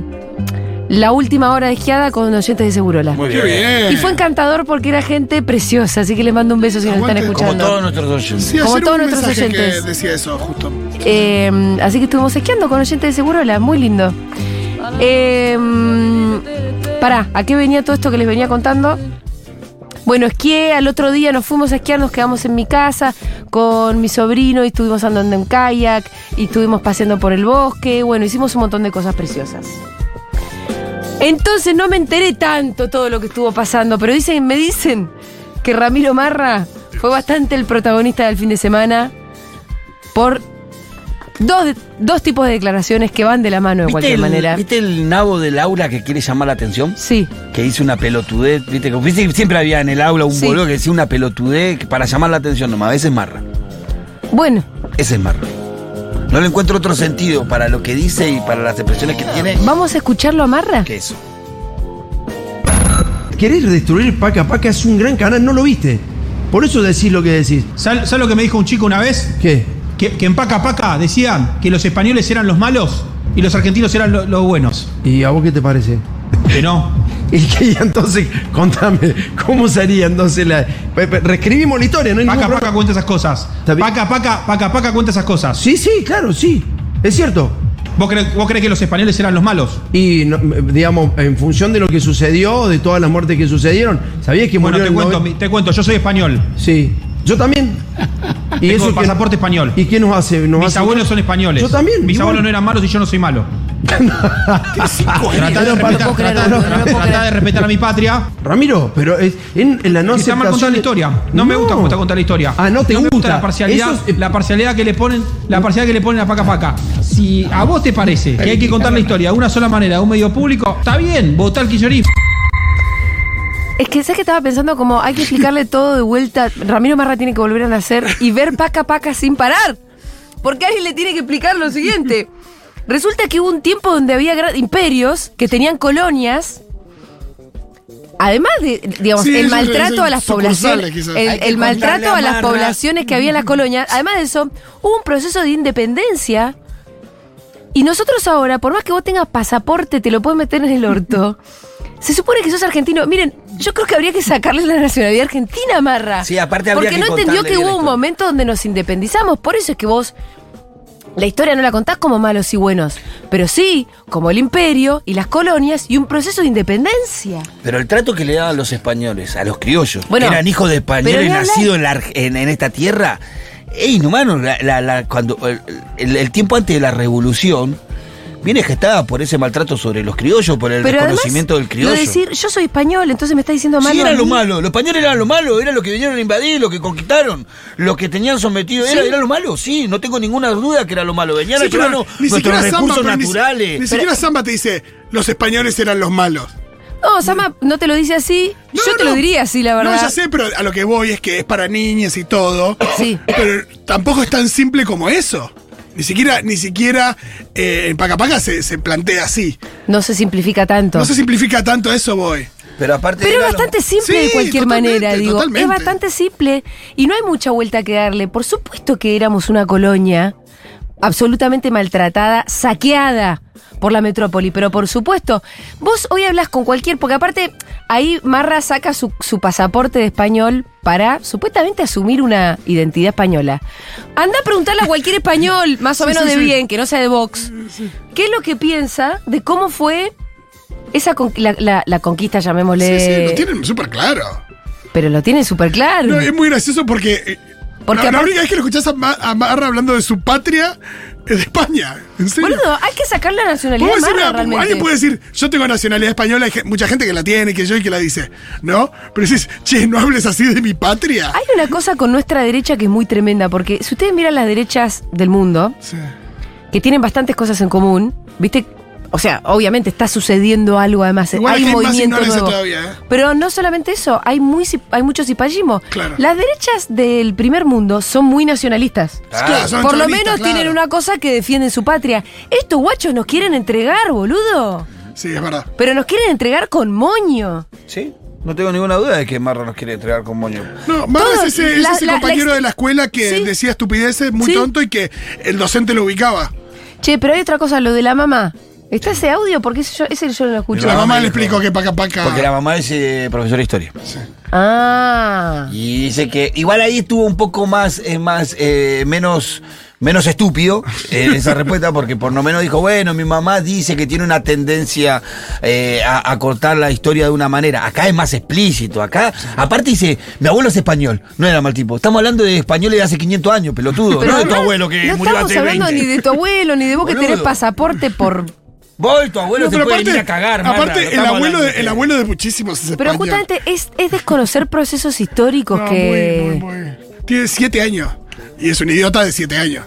la última hora de esquiada con oyentes de Segurola.
Muy bien. Qué bien.
Y fue encantador porque era gente preciosa, así que les mando un beso si nos están
Como
escuchando.
todos nuestros oyentes.
Sí,
Como
ayer
todos
hubo un
nuestros
mensaje
oyentes.
que decía eso, justo.
Eh, así que estuvimos esquiando con oyentes de Segurola, muy lindo. Eh, pará, ¿a qué venía todo esto que les venía contando? Bueno, esquié, al otro día nos fuimos a esquiar, nos quedamos en mi casa con mi sobrino y estuvimos andando en kayak y estuvimos paseando por el bosque, bueno, hicimos un montón de cosas preciosas. Entonces no me enteré tanto todo lo que estuvo pasando, pero dicen, me dicen que Ramiro Marra fue bastante el protagonista del fin de semana por dos, de- dos tipos de declaraciones que van de la mano de cualquier
el,
manera.
¿Viste el nabo del aula que quiere llamar la atención?
Sí.
Que hizo una pelotudez, ¿viste? que- ¿viste que siempre había en el aula un
Sí.
boludo que decía una pelotudez que- para llamar la atención nomás. A veces marra.
Bueno,
Ese es marra. No le encuentro otro sentido para lo que dice y para las expresiones que tiene.
¿vamos a escucharlo a Marra?
que eso.
Querer destruir Paca Paca es un gran canal, no lo viste. Por eso decís lo que decís.
¿Sabes lo que me dijo un chico una vez?
¿Qué?
Que, que en Paca Paca decían que los españoles eran los malos y los argentinos eran lo- los buenos.
¿Y a vos qué te parece?
Que no.
<laughs> ¿Y qué? Y entonces, contame, ¿cómo sería entonces la. pe- pe- Reescribimos la historia, ¿no? Hay
Paca
ningún
Paca cuenta esas cosas. Paca Paca, Paca Paca cuenta esas cosas.
Sí, sí, claro, sí. Es cierto.
¿Vos crees, vos crees que los españoles eran los malos?
Y, no, digamos, en función de lo que sucedió, de todas las muertes que sucedieron, ¿sabías que
Bueno,
murió
te
el
cuento,
noven-
mi- te cuento, yo soy español.
Sí.
<laughs>
Yo también.
Y
eso que-
pasaporte español.
¿Y qué nos hace? Nos
Mis
hace-
abuelos son españoles.
Yo también.
Mis
igual.
abuelos no eran malos y yo no soy malo. Tratá de
Pero,
respetar-
Pablo,
tratá-
no, no, no, no,
Tratá de respetar a mi patria.
Ramiro, pero es, en, en la no
Está mal contada la historia. No, me gusta cómo está contada la historia.
Ah, no te
no me gusta
gusta.
la parcialidad,
Eso
la parcialidad que le ponen, la parcialidad que le ponen a Paca Paca. Si a vos te parece que hay que contar la historia de una sola manera, a un medio público, está bien, votá al kirchnerismo.
Es que sabes que estaba pensando como hay que explicarle todo de vuelta. Ramiro Marra tiene que volver a nacer y ver paca paca sin parar. Porque alguien le tiene que explicar lo siguiente. Resulta que hubo un tiempo donde había gran- imperios que tenían colonias. Además de, digamos,
Sí,
el
eso
maltrato
es-
a las
sucursales,
poblaciones.
quizás. Hay
El,
que
el maltrato
contarle a
a las
Marra.
poblaciones que había en las colonias. Además de eso, hubo un proceso de independencia. Y nosotros ahora, por más que vos tengas pasaporte, te lo puedes meter en
<laughs>
el orto. Se supone que sos argentino. Miren, yo creo que habría que sacarle la nacionalidad argentina, Marra.
Sí, aparte habría
Porque
que
no entendió
contarle
que
bien
hubo
la
un
historia.
momento donde nos independizamos. Por eso es que vos la historia no la contás como malos y buenos, pero sí como el imperio y las colonias y un proceso de independencia.
Pero el trato que le daban los españoles, a los criollos,
Bueno,
que eran hijos de
pero
españoles
ni hablar.
nacidos en, la Arge- en- en esta tierra, es inhumano. La- la- la- cuando, el, el- el tiempo antes de la revolución, viene gestada por ese maltrato sobre los criollos, por el
Pero además,
reconocimiento del criollo.
Lo decir, yo soy español, entonces me está diciendo malo.
Sí,
a
era lo
mí.
malo. Los españoles eran lo malo, era lo que vinieron a invadir, lo que conquistaron, lo que tenían sometido. Era,
Sí.
era lo malo, sí, no tengo ninguna duda que era lo malo. Venían
Sí,
a
pero
llevarnos
ni siquiera
nuestros recursos
Samba, pero ni si-
naturales.
Ni, siquiera Samba te dice, los españoles eran los malos.
No, Sama no te lo dice así. yo te lo diría así, la verdad.
No, ya sé, pero a lo que voy es que es para niñas y todo.
Sí.
Pero tampoco es tan simple como eso. Ni siquiera, ni siquiera eh, en Paca Paca se, se plantea así.
No se simplifica tanto.
No se simplifica tanto eso, voy.
Pero aparte.
Pero es bastante simple de cualquier manera, digo. Es bastante simple y no hay mucha vuelta que darle. Por supuesto que éramos una colonia absolutamente maltratada, saqueada por la metrópoli, pero por supuesto, vos hoy hablas con cualquier, porque aparte ahí Marra saca su, su pasaporte de español para supuestamente asumir una identidad española. Anda a preguntarle a cualquier español, más o
Sí,
menos
sí,
de
sí.
bien, que no sea de Vox, qué es lo que piensa de cómo fue esa con- la, la- la conquista, llamémosle.
Sí, sí, lo tienen súper claro.
Pero lo tiene súper claro.
No, es muy gracioso porque. eh,
Porque
la, la
aparte-
única vez que lo escuchás a, Ma- a Marra hablando de su patria es de España. ¿En serio?
Boludo, hay que sacar la nacionalidad
¿Puedo
de
decir
Marra,
una-
realmente.
alguien puede decir, yo tengo nacionalidad española, hay ge- mucha gente que la tiene, que yo y que la dice, ¿no? Pero dices, che, no hables así de mi patria.
Hay una cosa con nuestra derecha que es muy tremenda, porque si ustedes miran las derechas del mundo, que tienen bastantes cosas en común, ¿viste? O sea, obviamente está sucediendo algo además.
Igual
hay
aquí hay más
movimiento
ignorancia
nuevo.
todavía, ¿eh?
Pero no solamente eso, hay, muy, cip- hay mucho cipallismo.
Claro.
Las derechas del primer mundo son muy nacionalistas.
Ah.
Claro, son
Por lo
chauvinistas,
menos
claro.
tienen una cosa que defienden su patria. Estos guachos nos quieren entregar, boludo.
Sí, es verdad.
Pero nos quieren entregar con moño.
Sí, no tengo ninguna duda de que Marra nos quiere entregar con moño.
No, Marra
Todo,
es ese, es
la-
ese
la- la
compañero
ex-
de la escuela que decía estupideces muy tonto y que el docente lo ubicaba.
Che, pero hay otra cosa, lo de la mamá. ¿Está ese audio? Porque ese yo, ese yo no lo escucho.
la mamá
me
le
dijo-
explicó que paca paca.
Porque la mamá es eh, profesora de historia.
Ah.
Y dice que igual ahí estuvo un poco más, eh, más eh, menos, menos estúpido eh, en esa respuesta, porque por lo menos dijo, bueno, mi mamá dice que tiene una tendencia eh, a, a cortar la historia de una manera. Acá es más explícito, acá, aparte dice, mi abuelo es español, no era mal tipo. Estamos hablando de españoles de hace 500 años, pelotudo,
Pero
no de tu
además,
abuelo que
no
murió
estamos
hace
hablando
20.
ni de tu abuelo, ni de vos que
Boludo.
tenés pasaporte
<laughs>
por...
Vos y tu abuelo
No,
se
pero
pueden
aparte-
ir a cagar, Marra,
Aparte,
no
el,
estamos
abuelo de,
hablando
el abuelo de muchísimos es
Pero
español.
justamente es, es desconocer procesos históricos
No,
que...
muy, muy, muy. Tiene siete años. Y es un idiota de siete años.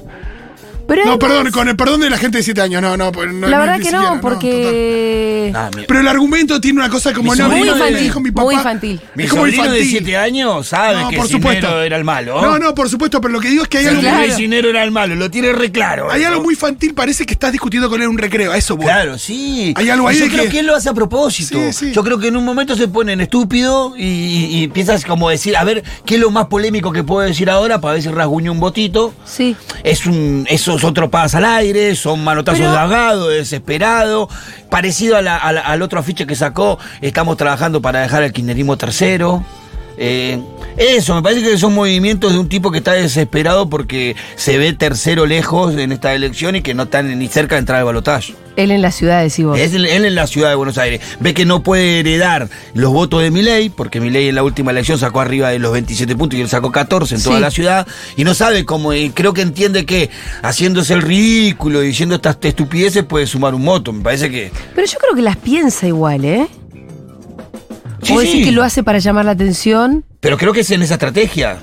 Pero
no,
además-
perdón, con el perdón de la gente de siete años. No, no, pues, no
la
no,
verdad
ni
que
siquiera,
no, porque...
Ah,
Pero el argumento tiene una cosa como
Mi
no,
sobrino
dijo-
de-
dijo mi papá.
muy infantil.
Mi
Es como
sobrino de
infantil.
7 años sabe
No,
que
por supuesto.
Cinero era el malo.
No, no, por supuesto, pero lo que digo es que hay
El
algo
que
muy.
el Cinero era el malo, lo tiene re claro.
Hay
eso.
algo muy infantil, parece que estás discutiendo con él en un recreo, a eso voy.
Claro, sí.
Hay algo
Y
ahí
Yo
de
creo
que-
que... él lo hace a propósito.
Sí, sí.
Yo creo que en un momento se ponen estúpidos y, y- y empiezas como a decir, a ver, ¿qué es lo más polémico que puedo decir ahora? Para ver si rasguño un botito.
Sí.
Es un, esos otros padas al aire, son manotazos
Pero-
de ahogado, de desesperado, parecido a la- a la- al otro afiche que sacó, estamos trabajando para dejar el kirchnerismo tercero. Eh, eso, me parece que son movimientos de un tipo que está desesperado porque se ve tercero lejos en esta elección y que no está ni cerca de entrar al balotaje.
Él en las ciudades y vos.
¿Eh?
Es el- él en la ciudad de Buenos Aires. Ve que no puede heredar los votos de Milei, porque Milei en la última elección sacó arriba de los 27 puntos y él sacó 14 en toda
Sí.
la ciudad. Y no sabe cómo, y creo que entiende que haciéndose el ridículo y diciendo estas estupideces puede sumar un voto. Me parece que.
Pero yo creo que las piensa igual, ¿eh?
Sí,
o decís
sí.
que lo hace para llamar la atención.
Pero creo que es en esa estrategia.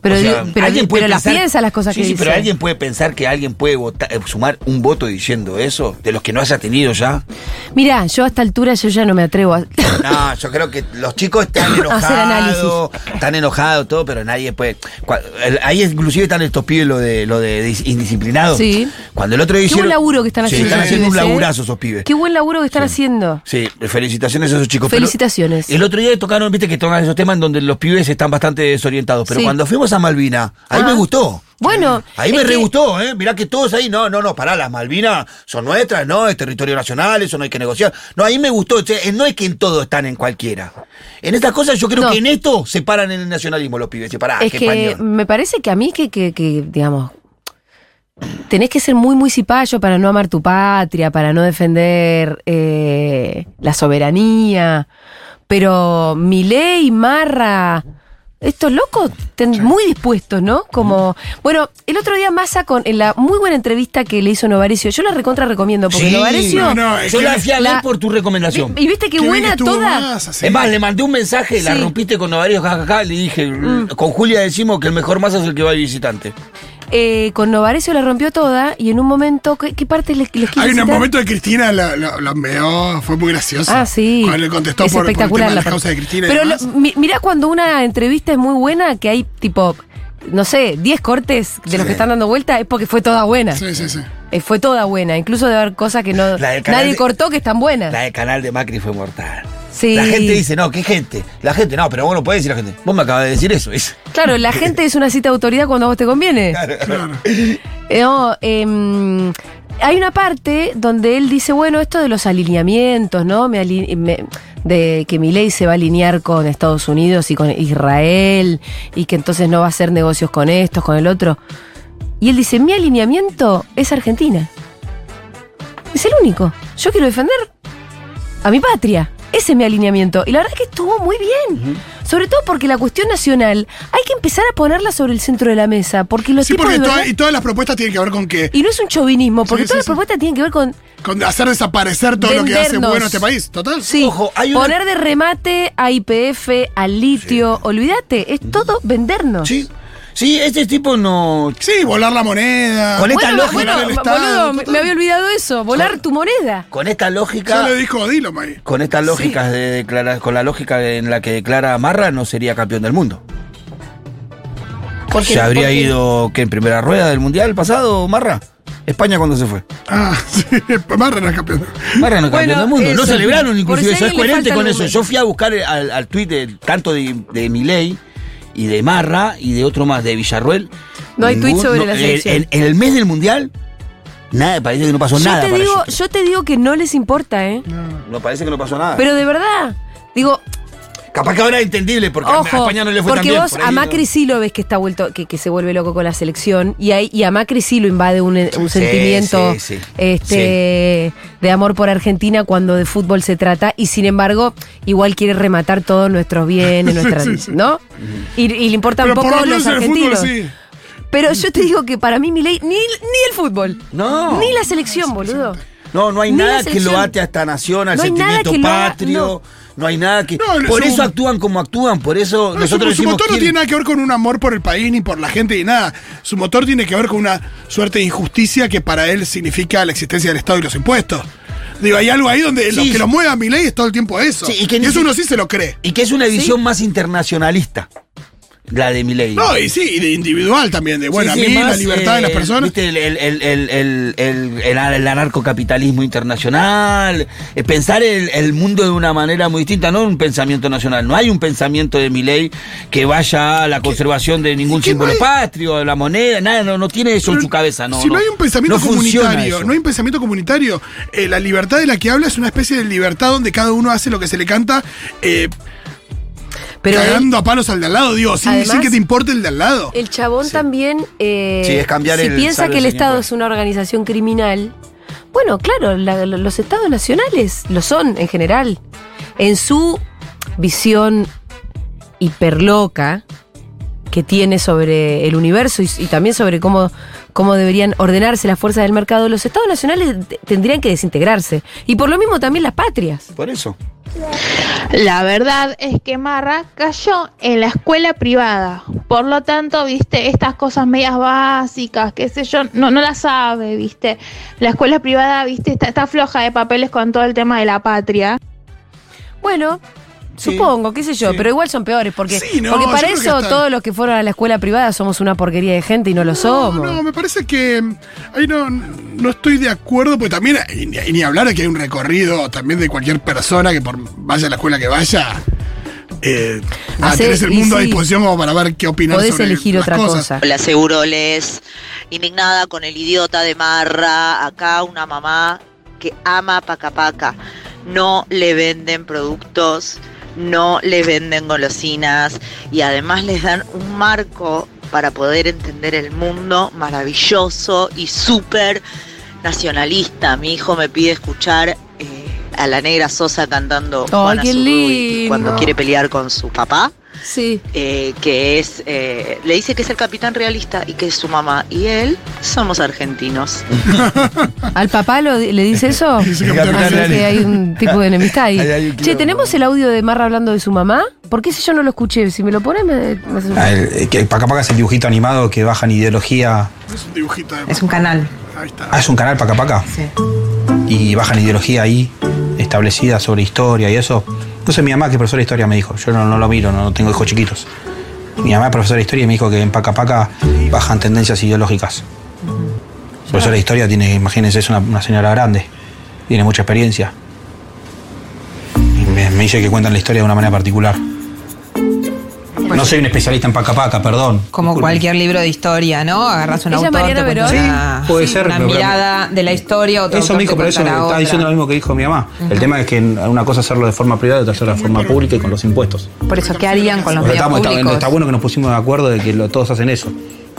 Pero digo- pero di- pero las piensa las cosas
Sí,
que
sí, pero
dice.
alguien puede pensar que alguien puede votar- eh, sumar un voto diciendo eso, de los que no haya tenido ya.
Mirá, yo a esta altura yo ya no me atrevo <laughs> a...
No, yo creo que los chicos están
Hacer análisis.
enojados, están enojados, todo, pero nadie puede. cua- el- Ahí inclusive están estos pibes lo de lo de dis- indisciplinados.
Sí.
Cuando el otro
Qué
día
buen
hicieron-
laburo que están
Sí,
haciendo.
están
los
haciendo un
pibes, ¿eh?
laburazo esos pibes.
Qué buen laburo que están haciendo.
Sí, felicitaciones a esos chicos. pero
Felicitaciones.
el otro día tocaron, viste que tocan esos temas en donde los pibes están bastante desorientados, pero
Sí.
cuando fuimos a Malvina, ahí
Ah.
me gustó.
Bueno,
Ahí
es
me
que-
re gustó, ¿eh? Mirá que todos ahí, no, no, no, pará, las Malvinas son nuestras, no, es territorio nacional, eso no hay que negociar. No, ahí me gustó, che, eh, no es que en todo están en cualquiera. En estas cosas yo creo
No.
que en esto se paran en el nacionalismo los pibes, se pará,
es
Ah, qué
que
pañón.
me parece que a mí que, que, que, digamos, tenés que ser muy, muy cipayo para no amar tu patria, para no defender eh, la soberanía. Pero Milei, Marra, Estos locos están muy dispuestos, ¿no? Como. Bueno, el otro día Massa con en la muy buena entrevista que le hizo Novarecio, yo la recontra recomiendo, porque
Sí,
Novarecio.
no, no, es
yo
que-
la fui a leer
por tu recomendación.
Y viste qué, buena toda.
Es más, le mandé un mensaje, la rompiste con Novarecio, jajaja, le dije, con Julia decimos que el mejor masa es el que va de visitante.
Mm. Eh, con Novarecio la rompió toda y en un momento, ¿qué, qué parte les, les quiere
Hay un
citar?
momento de Cristina, la, la, la meó, fue muy gracioso.
Ah, sí.
Cuando le contestó
Es
por, por el tema
espectacular
de
la
las
parte.
causas de Cristina. y
Pero
demás.
lo- mi- mirá cuando una entrevista es muy buena, que hay tipo, no sé, 10 cortes de los que están dando vuelta, es porque fue toda buena.
Sí, sí, sí.
Eh, fue toda buena, incluso de haber cosas que no
La del canal
nadie
de-
cortó que están buenas.
La del canal de Macri fue mortal.
Sí.
La gente dice, no, ¿qué gente? La gente, no, pero vos no podés decir la gente. Vos me acabas de decir eso, dice.
Claro,
<laughs>
la gente es una cita de autoridad cuando a vos te conviene. Eh, no, em, hay una parte donde él dice, bueno, esto de los alineamientos, ¿no? Me ali- me- de que mi ley se va a alinear con Estados Unidos y con Israel y que entonces no va a hacer negocios con estos, con el otro. Y él dice, mi alineamiento es Argentina. Es el único. Yo quiero defender a mi patria. Ese es mi alineamiento. Y la verdad es que estuvo muy bien. Sobre todo porque la cuestión nacional hay que empezar a ponerla sobre el centro de la mesa. Porque los
Sí,
tipos
porque
de
toda-
verdad-
y todas las propuestas tienen que ver con que.
Y no es un chauvinismo, porque
Sí,
todas
sí,
las propuestas tienen que ver con
Con hacer desaparecer todo lo que hace
Vendernos.
bueno este país, total.
Sí.
Ojo,
poner de remate a IPF, al litio. Olvídate, es todo vendernos.
Sí. Sí, este tipo no.
Sí, volar la moneda.
Con esta
bueno,
lógica.
bueno,
del Estado,
boludo, me-
total.
me había olvidado eso. Volar tu moneda.
Con esta lógica.
Ya lo dijo Dilo, May.
Con estas lógicas de declara- con la lógica en la que declara Amarra no sería campeón del mundo.
¿Por qué?
Se habría
¿Por qué?
ido que en primera rueda del mundial pasado Marra. España cuando se fue.
Ah, <laughs> sí, Marra no es campeón.
Marra no es
Bueno,
campeón del mundo.
eso.
No celebraron inclusive.
Por si
Eso
a
es
alguien le
coherente
falta
con eso.
algún-
Yo fui a buscar el- al, al tuit de, tanto de, de Milei y de Marra y de otro más de Villarruel.
No hay tuit sobre la
en-
selección.
En, en el mes del mundial, nada, parece que no pasó nada.
yo te
para
digo,
ellos.
yo te digo que no les importa, ¿eh?
No parece que no pasó nada.
Pero de verdad, digo,
Capaz que ahora es entendible porque a- a
ojo,
España no le fue tan
porque
bien.
vos
por ahí,
a
¿no?
Macri sí lo ves que está vuelto, que, que se vuelve loco con la selección y, ahí- y a Macri sí lo invade un,
Sí,
un sentimiento
sí, sí.
este de amor por Argentina cuando de fútbol se trata y sin embargo igual quiere rematar todos
<laughs>
nuestros bienes, nuestras,
Sí, sí.
¿no? Y, y le importan
Pero por
poco
lo menos
los
en el fútbol,
argentinos.
sí.
Pero yo te digo que para mí Milei ni, ni el fútbol,
No.
ni la selección, boludo.
No, no hay
Ni la
nada que
selección.
lo ate a esta nación, al
No hay nada
sentimiento
que lo haga-
patrio.
no.
no. hay nada que.
No, no,
por
es
eso
un-
actúan como actúan, por eso
No,
nosotros
su, su
decimos.
motor no
¿quién-
tiene nada que ver con un amor por el país ni por la gente ni nada. Su motor tiene que ver con una suerte de injusticia que para él significa la existencia del Estado y los impuestos. Digo, hay algo ahí donde los
Sí.
que lo muevan a mi ley es todo el tiempo eso.
Sí,
y
y que ni
eso
si-
uno sí se lo cree.
Y que es una edición más internacionalista, la de Milei.
No, y sí, y de individual también, de Eh, bueno,
Sí, sí,
a mí la
más,
libertad de las
eh,
personas.
viste, el, el, el, el, el, el- el- el anarcocapitalismo internacional, eh, pensar el, el mundo de una manera muy distinta, no un pensamiento nacional. No hay un pensamiento de Milei que vaya a la conservación de ningún símbolo patrio, a la moneda, nada, no, no tiene eso en su cabeza. No,
si no, hay un pensamiento
no funciona
comunitario,
eso.
no hay un pensamiento comunitario, eh, la libertad de la que habla es una especie de libertad donde cada uno hace lo que se le canta, eh,
Pero él-
cagando a palos al de al lado, digo, sin,
Además- Eh,
sin que te importe el de al lado.
El chabón también. eh,
Sí, es cambiar
si
el
piensa
saldo
que el
de señal,
Estado
claro.
es una organización criminal. Bueno, claro, la- la- los Estados nacionales lo son en general. En su visión hiperloca que tiene sobre el universo y, y también sobre cómo, cómo deberían ordenarse las fuerzas del mercado, los Estados nacionales t- tendrían que desintegrarse. Y por lo mismo también las patrias.
Por eso.
La verdad es que Marra cayó en la escuela privada. Por lo tanto, viste, estas cosas medias básicas, qué sé yo, no, no las sabe, viste. La escuela privada, viste, está, está floja de papeles con todo el tema de la patria.
Bueno, supongo, qué sé yo, pero igual son peores porque,
Sí, no,
porque
yo
para
creo que
eso
están-
todos los que fueron a la escuela privada somos una porquería de gente y no lo somos.
No, me parece que mm, ahí no, no estoy de acuerdo, porque también, eh, y ni, y ni hablar de que hay un recorrido también de cualquier persona que por vaya a la escuela que vaya, eh, nada,
Hace-
tenés el
y
mundo a
sí.
disposición como para ver qué opinar
Podés
sobre
elegir
las
otra
cosas.
cosa.
Hola, Seguroles. Indignada con el idiota de Marra. Acá una mamá que ama Paca Paca. No le venden productos, no le venden golosinas y además les dan un marco para poder entender el mundo maravilloso y súper nacionalista. Mi hijo me pide escuchar eh, a la negra Sosa cantando
Ay,
Juana
qué
Zurduy
lindo.
cuando quiere pelear con su papá.
Sí.
eh, que es, eh, le dice que es el capitán realista y que es su mamá y él somos argentinos.
¿Al papá lo- le dice
<laughs>
eso?
Dice que capitán
Así
realista.
que hay un tipo de enemistad ahí.
Ahí hay un
Che,
quilombo.
¿tenemos el audio de Marra hablando de su mamá? Porque ese yo no lo escuché. Si me lo pones, me, me hace un-
Ah, el- eh, que el Paca Paca es el dibujito animado que baja en ideología.
Es un dibujito de
Es un canal.
Ah, es un canal Paca Paca. Y bajan ideología ahí, establecida sobre historia y eso. Entonces mi mamá, que es profesora de historia, me dijo, yo no, no lo miro, no tengo hijos chiquitos. Mi mamá es profesora de historia y me dijo que en Paca Paca bajan tendencias ideológicas. Profesora de historia tiene, imagínense, es una, una señora grande, tiene mucha experiencia. Y me, me dice que cuentan la historia de una manera particular. No soy un especialista en Paca Paca, perdón.
Pues Como
Disculpen.
cualquier libro de historia, ¿no? Agarras un
Ella es
autor,
Mariana
te cuentas
Verón.
una,
Sí, puede ser,
una
pero-
mirada de la historia, otro
Eso
autor
me dijo,
te
pero eso
cuenta la
está
otra.
diciendo lo mismo que dijo mi mamá. El tema es que una cosa es hacerlo de forma privada y otra hacerlo de forma pública y con los impuestos.
Por eso, ¿qué harían con los
Pero
medios
estamos- está,
públicos?
está bueno que nos pusimos de acuerdo de que lo- todos hacen eso.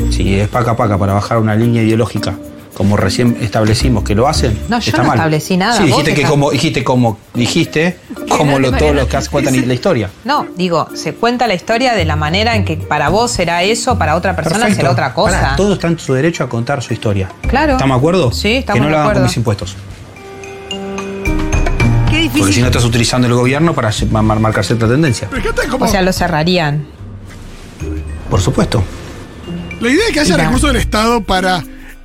Si es paca paca para bajar una línea ideológica, como recién establecimos que lo hacen,
No, yo
está
no
mal.
establecí nada,
Sí,
vos
dijiste que
estás-
como dijiste como
<laughs>
dijiste como lo, todos los que hacen- cuentan la historia.
No, digo, se cuenta la historia de la manera en que para vos será eso, para otra persona será otra cosa.
Pará, todos están en su derecho a contar su historia.
Claro.
¿Estamos de acuerdo?
Sí,
Que
estamos
no
de
lo hagan
acuerdo.
con mis impuestos.
Qué
Porque si
difícil.
no estás utilizando el gobierno para se- ma- mar- marcar cierta tendencia.
O sea, lo cerrarían.
Por supuesto.
La idea de que haya
Mira.
recursos del Estado para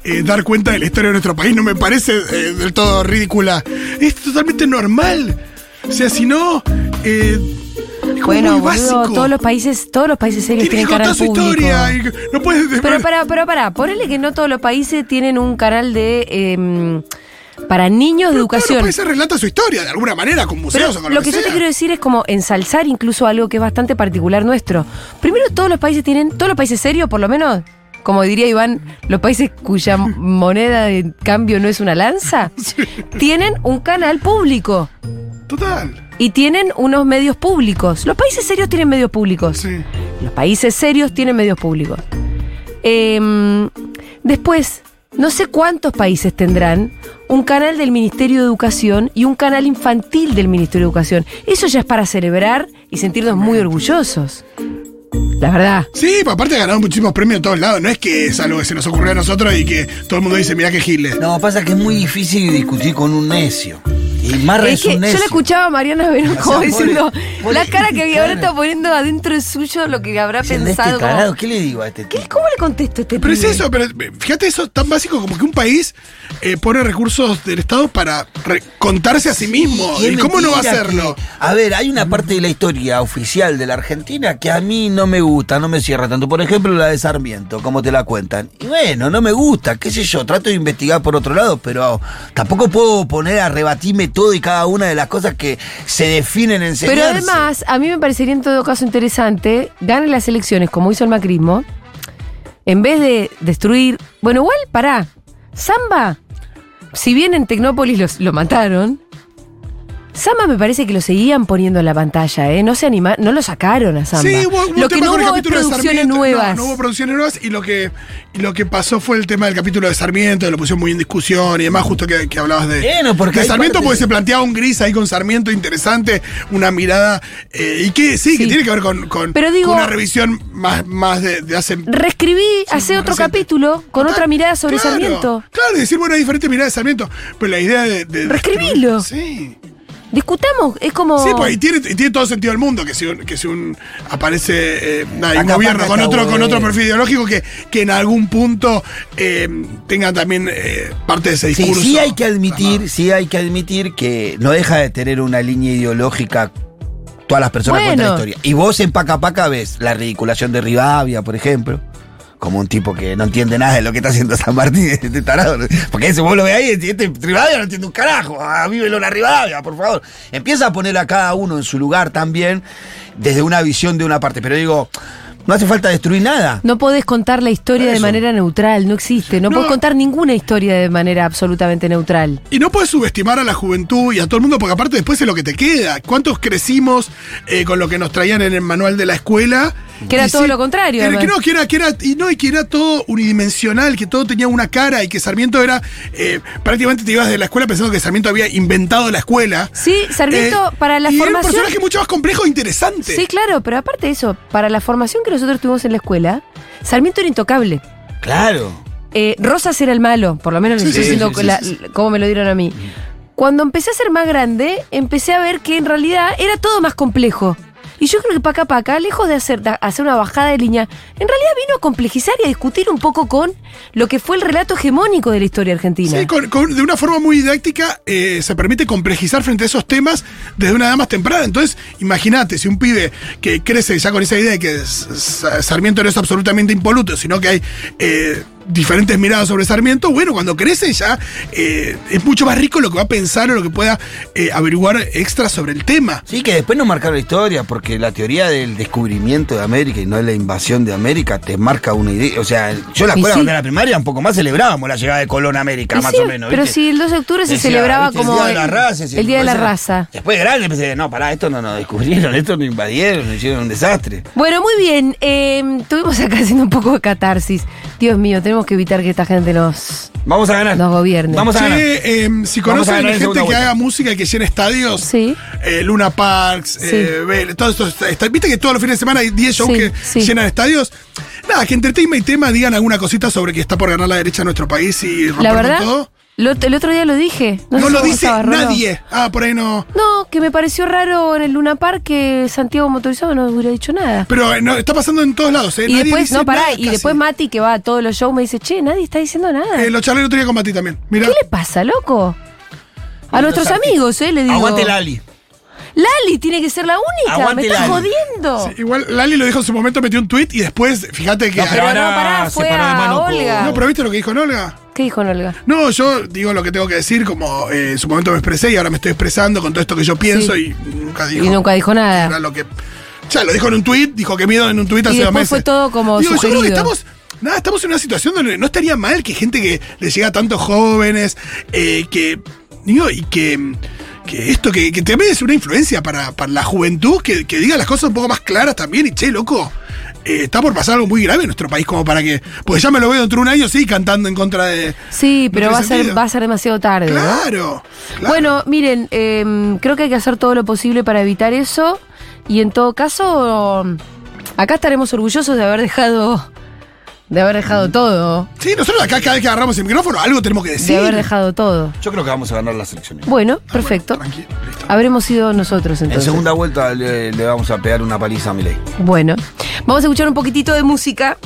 eh, dar cuenta de la historia de nuestro país no me parece eh, del todo ridícula. Es totalmente normal. O sea, si no. eh, es como
Bueno,
muy
boludo,
básico.
todos los países, todos los países serios
Tiene
tienen
que contar
canal
su
público.
historia. y no puedes.
Pero para, pero para, ponele que no todos los países tienen un canal de em, para niños de
Todos los
educación.
países relatan su historia de alguna manera, con museos
Pero
o con
lo
lo,
que yo te
sea.
quiero decir es como ensalzar incluso algo que es bastante particular nuestro. Primero, todos los países tienen, todos los países serios, por lo menos, como diría Iván, los países
<laughs>
cuya moneda de cambio no es una lanza, tienen un canal público
Total.
y tienen unos medios públicos. Los países serios tienen medios públicos. Los países serios tienen medios públicos. Em, después, no sé cuántos países tendrán un canal del Ministerio de Educación y un canal infantil del Ministerio de Educación. Eso ya es para celebrar y sentirnos muy orgullosos. La verdad.
Sí, pero aparte ganaron muchísimos premios en todos lados. No es que es algo que se nos ocurrió a nosotros y que todo el mundo dice, mirá que giles.
No, pasa que es muy difícil discutir con un necio. Y
Ah,
Marra es,
es que
un
yo
necio.
la escuchaba a Mariana Verón
O sea,
como
pobre-
diciendo
pobre-
la cara que había ahora
claro.
está poniendo adentro de suyo lo que habrá
Diciendo, este
pensado. como,
tarado, ¿Qué le digo a este
¿qué- ¿Cómo le contesto a este
Pero es
pibe?
eso, pero eh, fíjate eso tan básico como que un país eh, pone recursos del Estado para re- contarse a sí mismo.
es
¿Y cómo no va a
mentira
hacerlo?
que- a ver, hay una parte de la historia oficial de la Argentina que a mí no me gusta, no me cierra tanto. Por ejemplo, la de Sarmiento, como te la cuentan. Y bueno, no me gusta, qué sé yo, trato de investigar por otro lado, pero tampoco puedo poner a rebatirme todo y cada una de las cosas que se definen en
Pero además, a mí me parecería en todo caso interesante, ganen las elecciones como hizo el macrismo, en vez de destruir. Bueno, igual, pará. Samba, si bien en Tecnópolis los, lo mataron, Samba me parece que lo seguían poniendo en la pantalla, ¿eh? No se anima, no lo sacaron a Samba.
Sí, hubo, hubo un
lo que
tema
no
con el
hubo es
capítulo de
producciones
Sarmiento.
nuevas.
No, no hubo producciones nuevas y lo que y lo que pasó fue el tema del capítulo de Sarmiento, lo pusieron muy en discusión y demás, justo que, que hablabas de,
Bueno, porque
de
hay
Sarmiento,
parte-
porque se planteaba un gris ahí con Sarmiento interesante, una mirada, eh, y que sí, que tiene que ver con, con-
Pero digo-
con una revisión más, más de, de hace...
Reescribí, hace otro capítulo con otra mirada sobre
Claro,
Sarmiento.
Claro, decir, bueno, hay diferentes miradas de Sarmiento, pero la idea de... de-
Reescribilo. Oh.
Sí.
Discutamos, es como.
Sí, pues y tiene, y tiene todo sentido el mundo que si un, que si un aparece eh, nada, un
Acá
gobierno
acá
con
está
otro, con
bueno.
otro perfil ideológico que, que en algún punto eh, tenga también eh, parte de ese
Sí,
discurso.
sí hay que admitir, sí hay que admitir que no deja de tener una línea ideológica todas las personas
Bueno.
cuentan la historia. Y vos en Paca Paca ves la ridiculación de Rivadavia, por ejemplo, como un tipo que no entiende nada de lo que está haciendo San Martín, <laughs> este tarado. Porque ese vos lo ves ahí, y decís, este Rivadavia no entiende un carajo, ah, vívelo la Rivadavia, por favor. Empieza a poner a cada uno en su lugar también, desde una visión de una parte. Pero digo, No hace falta destruir nada.
No podés contar la historia de
Eso.
manera neutral, no existe. No,
No.
podés contar ninguna historia de manera absolutamente neutral.
Y no puedes subestimar a la juventud y a todo el mundo, porque aparte después es lo que te queda. ¿Cuántos crecimos eh, con lo que nos traían en el manual de la escuela?
Que era
Y
todo lo contrario,
era- que
además.
no, que era, que era, y no, y que era todo unidimensional, que todo tenía una cara y que Sarmiento era. eh, prácticamente te ibas de la escuela pensando que Sarmiento había inventado la escuela.
Sí, Sarmiento, para la
Eh, y Era un
formación-
personaje mucho más complejo e interesante.
Sí, claro, pero aparte de eso, para la formación que nosotros tuvimos en la escuela, Sarmiento era intocable.
Claro.
Eh, Rosas era el malo, por lo menos
Sí,
lo estoy
sí,
diciendo
sí, sí,
la-
sí,
como me lo dieron a mí. Cuando empecé a ser más grande, empecé a ver que en realidad era todo más complejo. Y yo creo que Paca Paca, lejos de hacer, de hacer una bajada de línea, en realidad vino a complejizar y a discutir un poco con lo que fue el relato hegemónico de la historia argentina.
Sí, con- con- de una forma muy didáctica eh, se permite complejizar frente a esos temas desde una edad más temprana. Entonces, imagínate, si un pibe que crece ya con esa idea de que S- S- Sarmiento no es absolutamente impoluto, sino que hay eh, diferentes miradas sobre Sarmiento, bueno, cuando crece ya eh, es mucho más rico lo que va a pensar o lo que pueda eh, averiguar extra sobre el tema.
Sí, que después nos marcaron la historia, porque la teoría del descubrimiento de América y no de la invasión de América te marca una idea. O sea, yo la
Y
escuela
sí.
cuando era primaria un poco más celebrábamos la llegada de Colón a América,
Y
más
sí,
o menos.
pero
¿viste?
si el 2 de octubre se
Decía,
celebraba
¿viste?
como
el Día de la Raza. decía,
el Día de la
parece-
Raza.
Después de grande pensé, no, pará, esto no nos descubrieron, esto nos invadieron, nos hicieron un desastre.
Bueno, muy bien. eh, estuvimos acá haciendo un poco de catarsis. Dios mío, tenemos que evitar que esta gente nos,
Vamos a ganar.
nos gobierne.
Vamos a
Che,
ganar.
eh, si
Vamos a
conocen
ganar en
gente que
segunda vuelta.
haga música y que llene estadios, eh, Luna Parks, eh, Vélez, todos estos- está- viste que todos los fines de semana hay 10 shows
Sí,
que
sí.
llenan estadios. Nada, que entre tema y tema digan alguna cosita sobre que está por ganar la derecha en nuestro país y romper
La
con
verdad,
todo.
lo- el otro día lo dije.
No,
sé
lo
cómo
dice
estaba, Rolo.
nadie. Ah, por ahí no.
No, que me pareció raro en el Luna Park que Santiago Motorizado no hubiera dicho nada.
Pero eh, no, está pasando en todos lados, ¿eh?
y
Nadie
después,
dice
no, pará,
nada
y
casi.
después Mati, que va a todos los shows, me dice, che, nadie está diciendo nada.
Eh, lo charlé el otro día con Mati también. Mira.
¿Qué le pasa, loco? A nuestros amigos, ¿eh? Le digo.
Aguante Lali.
Lali tiene que ser la única,
Aguante
me estás
Lali.
jodiendo.
Sí, igual Lali lo dijo en su momento, metió un tweet y después, fíjate que.
No, pero Pero no, ahora pará, se
fue paró de a mano con- Olga.
No, pero viste lo que dijo en Olga.
¿Qué dijo Olga?
No, yo digo lo que tengo que decir, como eh, en su momento me expresé y ahora me estoy expresando con todo esto que yo pienso
Sí.
y nunca dijo.
Y nunca dijo
Era
nada.
lo que. Ya, lo dijo en un tuit, dijo que miedo en un tuit
Ah. Y
hace dos
después
meses.
fue todo como
Digo, yo creo que
sugerido.
estamos. Nada, estamos en una situación donde no estaría mal que gente que le llega a tantos jóvenes, eh, que. Digo, y que. Que esto, que, que también es una influencia para, para la juventud, que, que diga las cosas un poco más claras también. Y che, loco, eh, está por pasar algo muy grave en nuestro país, como para que. Pues ya me lo veo dentro de un año, sí, cantando en contra de.
Sí, pero
tiene
va a, ser,
sentido.
va a ser demasiado tarde. ¿no?
Claro. claro.
Bueno, miren, eh, creo que hay que hacer todo lo posible para evitar eso. Y en todo caso, acá estaremos orgullosos de haber dejado, de haber dejado todo,
Sí, nosotros acá cada vez que agarramos el micrófono algo tenemos que
de
decir.
haber dejado todo.
Yo creo que vamos a ganar las elecciones.
Bueno, perfecto. Habremos sido nosotros
En
entonces.
segunda vuelta le, le vamos a pegar una paliza a Milei.
Bueno, vamos a escuchar un poquitito de música.